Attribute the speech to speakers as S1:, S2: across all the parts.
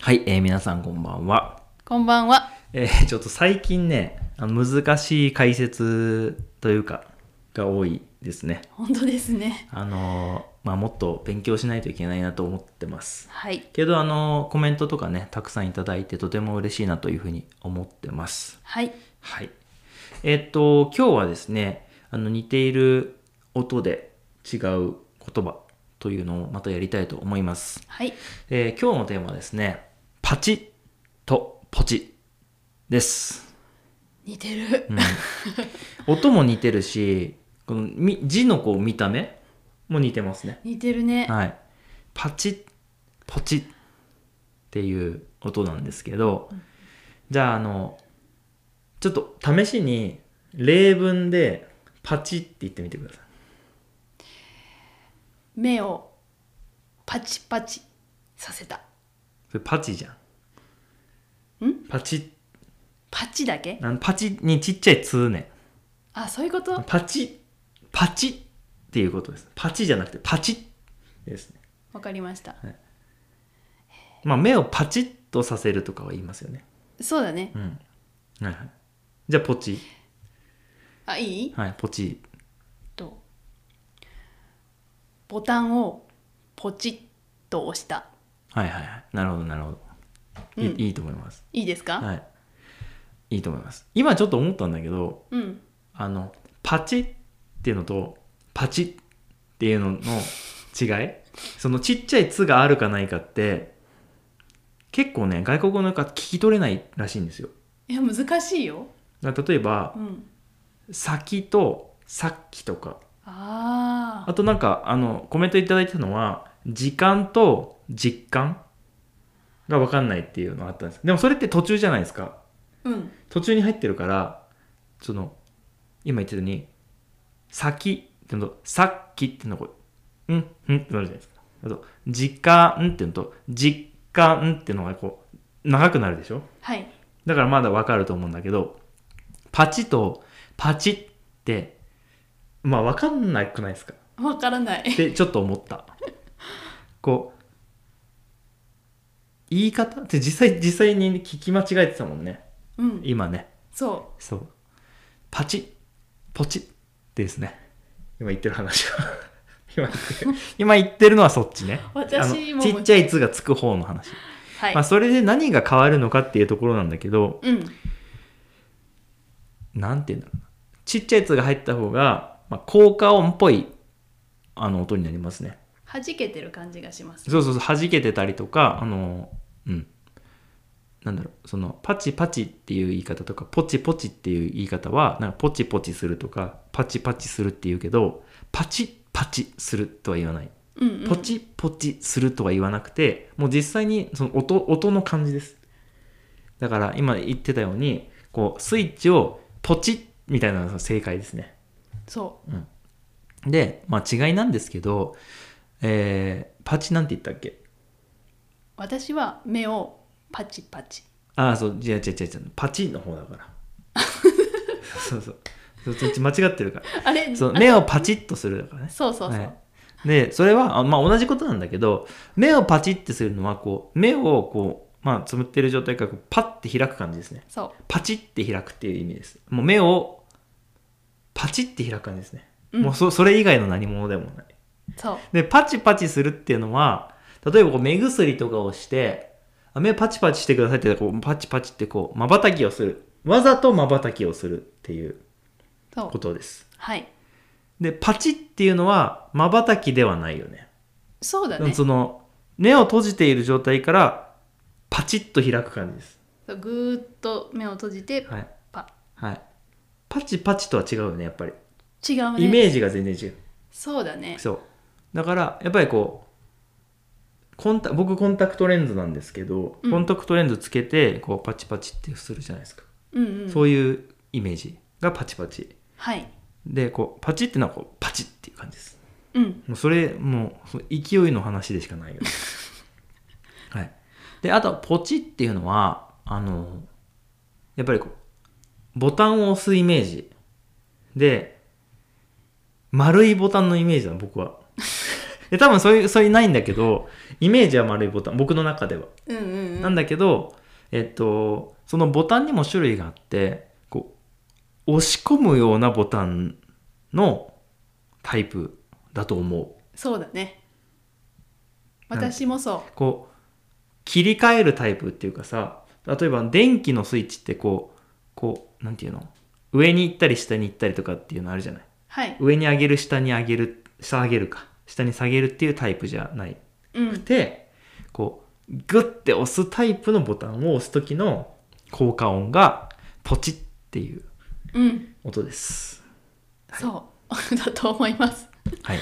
S1: はい、えー皆さんこんばんは。
S2: こんばんは。
S1: えーちょっと最近ね、あの難しい解説というか、が多いですね。
S2: 本当ですね。
S1: あのーまあ、もっと勉強しないといけないなと思ってます。
S2: はい。
S1: けど、あのーコメントとかね、たくさんいただいてとても嬉しいなというふうに思ってます。
S2: はい。
S1: はい。えっと、今日はですね、あの、似ている音で違う言葉というのをまたやりたいと思います。
S2: はい。
S1: えー今日のテーマはですね、パチッとポチッです。
S2: 似てる。
S1: 音も似てるし、このみ字のこう見た目も似てますね。
S2: 似てるね。
S1: はい。パチッ、ポチッっていう音なんですけど、じゃああの、ちょっと試しに例文でパチッって言ってみてください。
S2: 目をパチパチさせた。
S1: それパチじゃん。
S2: ん
S1: パチ
S2: パチだけ
S1: ッ、あのパチにちっちゃいつね。
S2: あ、そういうこと
S1: パチッ、パチッっていうことです。パチじゃなくてパチッですね。
S2: わかりました。
S1: まあ目をパチッとさせるとかは言いますよね。
S2: そうだね
S1: う。ん。はいはい。じゃあポチ。
S2: あ、いい
S1: はい、ポチ。
S2: と。ボタンをポチッと押した。
S1: はいはいはい。なるほど、なるほど。いい,、
S2: うん
S1: いいと思います。
S2: いいですか、
S1: はい。いいと思います。今ちょっと思ったんだけど、
S2: うん。
S1: あの、パチっていうのと、パチっていうのの違いそのちっちゃい「つ」があるかないかって、結構ね、外国語の方聞き取れないらしいんですよ。
S2: いや、難しいよ。
S1: だから例えば
S2: う、ん。
S1: 先と、さっきとか、
S2: あ
S1: あとなんか、あの、コメントいただいたのは、時間と実感が分かんないっていうのがあったんです。でもそれって途中じゃないですか。
S2: あ。うん。
S1: 途中に入ってるから、その、今言ってたように、先ってのと、さっきってのがこう、うん、うんってなるじゃないですか。あと、時間ってのと、実感ってのがこう、長くなるでしょ
S2: はい。
S1: だからまだわかると思うんだけど、パチとパチって、まあわかんなくないですか
S2: わからない。
S1: ってちょっと思った。こう、言い方って実際、実際に聞き間違えてたもんね。
S2: うん。
S1: 今ね。
S2: そ
S1: そう。パチッ、ポチッってですね。今言ってる話は。 今言ってる今言ってるのはそっちね。
S2: 私
S1: あの
S2: も
S1: ちっちゃい「つ」がつく方の話。
S2: う。はい
S1: まあ、。それで何が変わるのかっていうところなんだけど、
S2: うん。
S1: なんて言うんだろうな。ちっちゃい「つ」が入った方が、まあ、効果音っぽい、あの、音になりますね。
S2: 弾けてる感じがします。
S1: そうそうそう、弾けてたりとか、あの、うん。なんだろう、その、パチパチっていう言い方とか、ポチポチっていう言い方は、なんか、ポチポチするとか、パチパチするっていうけど、パチパチするとは言わない。
S2: うん、うん。
S1: ポチポチするとは言わなくて、もう実際にその音音の感じです。だから今言ってたように、こうスイッチをポチッみたいなのが正解ですね。
S2: そう。
S1: で、まあ違いなんですけど、えー、パチなんて言ったっけ
S2: 私は目をパチパチ
S1: ああ、そう、違う違う違う違う、パチの方だから。そうそう。そうそっち間違ってる から。
S2: あれ
S1: そう
S2: あ
S1: 目をパチッとするだからね。
S2: そうそうそう、
S1: はいでそれはあ、まあ、同じことなんだけど目をパチってするのはこう目をこう、まあ、つむってる状態からこうパッて開く感じですね
S2: そう
S1: パチって開くっていう意味ですもう目をパチって開く感じですね、
S2: うん
S1: もうそそれ以外の何物でもない
S2: そう
S1: でパチパチするっていうのは例えばこう目薬とかをしてあ目パチパチしてくださいってこうパチパチってこうまばたきをするわざとまばたきをするっていう
S2: そう
S1: ことです
S2: はい
S1: でパチっていうのはまばたきではないよね
S2: そうだね
S1: その目を閉じている状態からパチッと開く感じです
S2: そうぐーっと目を閉じて、
S1: はい、
S2: パ
S1: はい、パチパチとは違うよねやっぱり
S2: 違うね
S1: イメージが全然違う、
S2: そうだね
S1: そうだからやっぱりこうコンタ僕コンタクトレンズなんですけど、
S2: うん
S1: コンタクトレンズつけてこうパチパチってするじゃないですか、
S2: うんうん
S1: そういうイメージがパチパチ
S2: はい
S1: でこうパチってのはこうパチっていう感じです
S2: うん
S1: もうそれもうその勢いの話でしか ないよねはいであとポチっていうのはあのやっぱりこうボタンを押すイメージ で丸いボタンのイメージだ僕はいで多分そういう、そういうないんだけど、イメージは丸いボタン、僕の中では。
S2: うんうんう
S1: なん
S2: ん
S1: だけど、えっと、そのボタンにも種類があって、こう、押し込むようなボタンのタイプだと思う。
S2: そうだね
S1: なんだ
S2: 私もそ
S1: こう切り替えるタイプっていうかさ例えば電気のスイッチってこうこうなんていうの上に行ったり下に行ったりとかっていうのあるじゃないう
S2: はい
S1: 上に上げる下に上げる下上げるか下に下げるっていうタイプじゃない
S2: うん
S1: でこうグッて押すタイプのボタンを押す時の効果音がポチッっていう
S2: うん
S1: 音です
S2: そう だと思います
S1: はい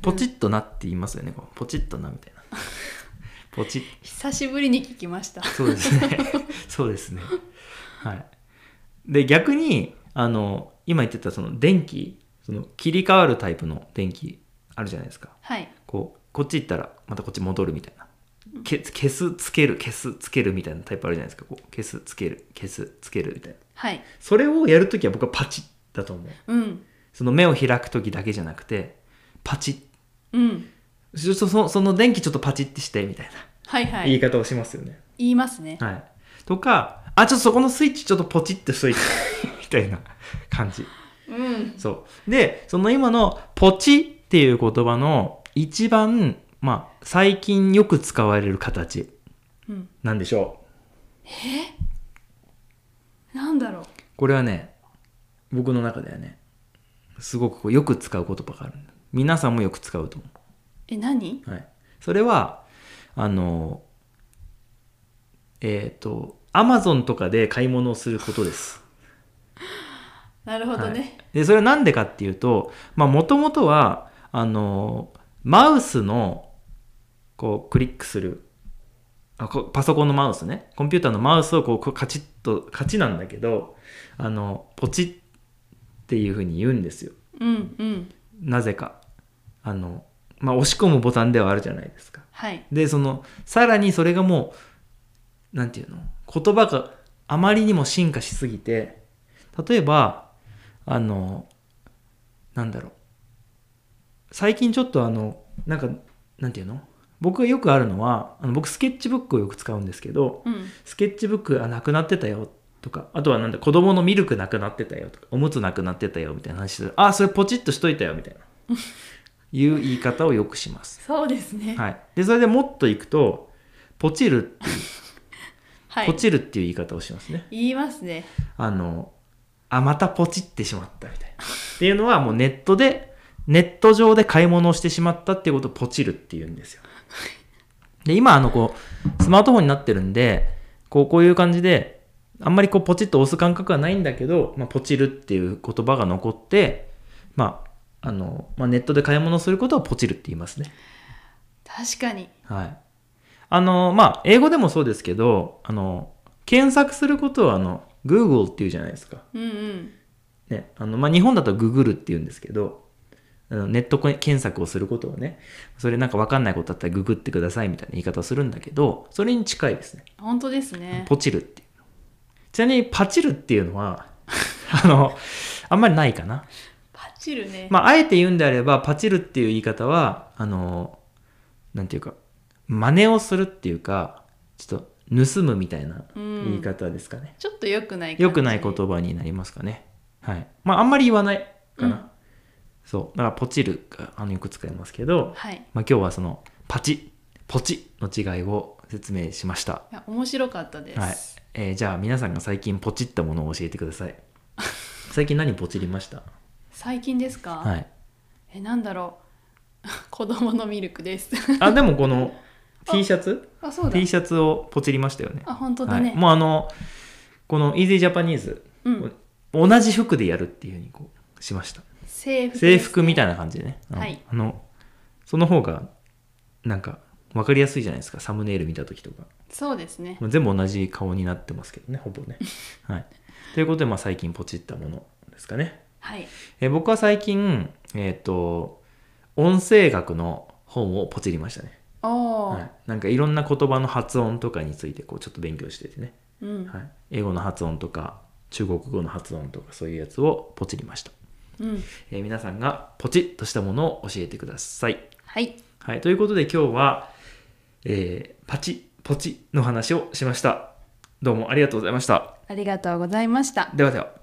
S1: ポチッとなって言いますよねこうポチッとなみたいなポチッ
S2: 久しぶりに聞きました
S1: そうですね。そうですね。はい。で、逆に、あの、今言ってたその電気、その切り替わるタイプの電気あるじゃないですか。
S2: はい
S1: こう、こっち行ったらまたこっち戻るみたいな。け消す、つける、消す、つけるみたいなタイプあるじゃないですか。こう、消す、つける、消す、つけるみたいな。
S2: はい
S1: それをやるときは僕はパチッだと思う。
S2: うん
S1: その目を開くときだけじゃなくて、パチッ。
S2: うん
S1: そそそその電気ちょっとパチってしてみたい
S2: はい
S1: な
S2: は
S1: 言い
S2: い
S1: 方をしますよね。
S2: 言いますね
S1: はい。とか、あ、ちょっとそこのスイッチちょっとポチってスイッチ みたいな感じ。
S2: うん
S1: そう。で、その今のポチっていう言葉の一番、まあ、最近よく使われる形
S2: うん
S1: なんでしょ
S2: なんだろう
S1: う。これはね、僕の中ではね、すごくこうよく使う言葉がある。皆さんもよく使うと思
S2: え何
S1: う。はい。それは、あの、えっ、と、アマゾンとかで買い物をすることです。
S2: なるほど
S1: はい
S2: ね、
S1: でそれは何でかっていうともともとはあのマウスのこうクリックするあこパソコンのマウスねコンピューターのマウスをこうこうカチッとカチなんだけどあのポチッっていうふうに言うんですよ
S2: うんうん
S1: なぜかあの、まあ、押し込むボタンではあるじゃないですか
S2: はい
S1: でそのさらにそれがもうなんていうの言葉があまりにも進化しすぎて例えばあのなんだろう最近ちょっとあのなんかなんていうの僕がよくあるのはあの僕スケッチブックをよく使うんですけど
S2: うん
S1: スケッチブックあなくなってたよとかあとはなんだ子供のミルクなくなってたよとかおむつなくなってたよみたいな話するあそれポチッとしといたよみたいないう言い方をよくします
S2: そうですねは
S1: は
S2: い、
S1: い、でそれでもっといくとポチるって、ポチるっていう言い方をしますね
S2: 言いますね
S1: あのあまたポチってしまったみたいなっていうのはもうネットでネット上で買い物をしてしまったっていうことをポチるっていうんですよで今あのこうスマートフォンになってるんでこうこういう感じであんまりこうポチッと押す感覚はないんだけど、まあ、ポチるっていう言葉が残って、まああのまあ、ネットで買い物することをポチるって言いますね
S2: 確かに
S1: はい。あの、まあ、英語でもそうですけど、あの、検索することは、あの、Google っていうじゃないですか。
S2: うんうん
S1: ね。あの、まあ、日本だと Google っていうんですけど、あのネット検索をすることをね、それなんかわかんないことあったらググってくださいみたいな言い方をするんだけど、それに近いですね。
S2: 本当ですね
S1: ポチるっていうの。ちなみに、パチるっていうのは、あの、あんまりないかな。
S2: パチるね、
S1: まあ、あえて言うんであれば、パチるっていう言い方は、あの、なんていうか、真似をするっていうか、ちょっと盗むみたいな
S2: うん
S1: 言い方ですかね。
S2: ちょっと良くない感じ
S1: 良くない言葉になりますかね。はい。まあ、あんまり言わないかな。
S2: うん
S1: そう。だから、ポチるがあのよく使いますけど、
S2: はいい
S1: まあ、今日はその、パチ、ポチの違いを説明しました。
S2: や面白かったです、
S1: はい。えーじゃあ、皆さんが最近ポチったものを教えてください。最近何ポチりました
S2: 最近ですか、
S1: はい。
S2: えなんだろう 子供のミル クです
S1: あ、でもこの T シャツ
S2: あそうだ
S1: T シャツをポチりましたよね。
S2: あ本当だね、
S1: はい、もうあのこの Easy Japanese、
S2: うん
S1: 同じ服でやるっていうふうにこうしました。
S2: 制服ですね、
S1: 制服みたいな感じでね。うん
S2: はい
S1: あのその方がなんか分かりやすいじゃないですかサムネイル見た時とか、
S2: そうですね
S1: まあ全部同じ顔になってますけどねほぼ ね。はい、ということで、まあ、最近ポチったものですかね。
S2: はい
S1: えー僕は最近、えっと音声学の本をポチりましたね。
S2: おお、
S1: はい、なんかいろんな言葉の発音とかについてこうちょっと勉強しててね。
S2: うん、
S1: はい、英語の発音とか中国語の発音とかそういうやつをポチりました
S2: うん
S1: えー皆さんがポチッとしたものを教えてください。
S2: はい
S1: はい、ということで今日は、えーパチッポチッの話をしました。どうもありがとうございました。
S2: ありがとうございました
S1: ではでは。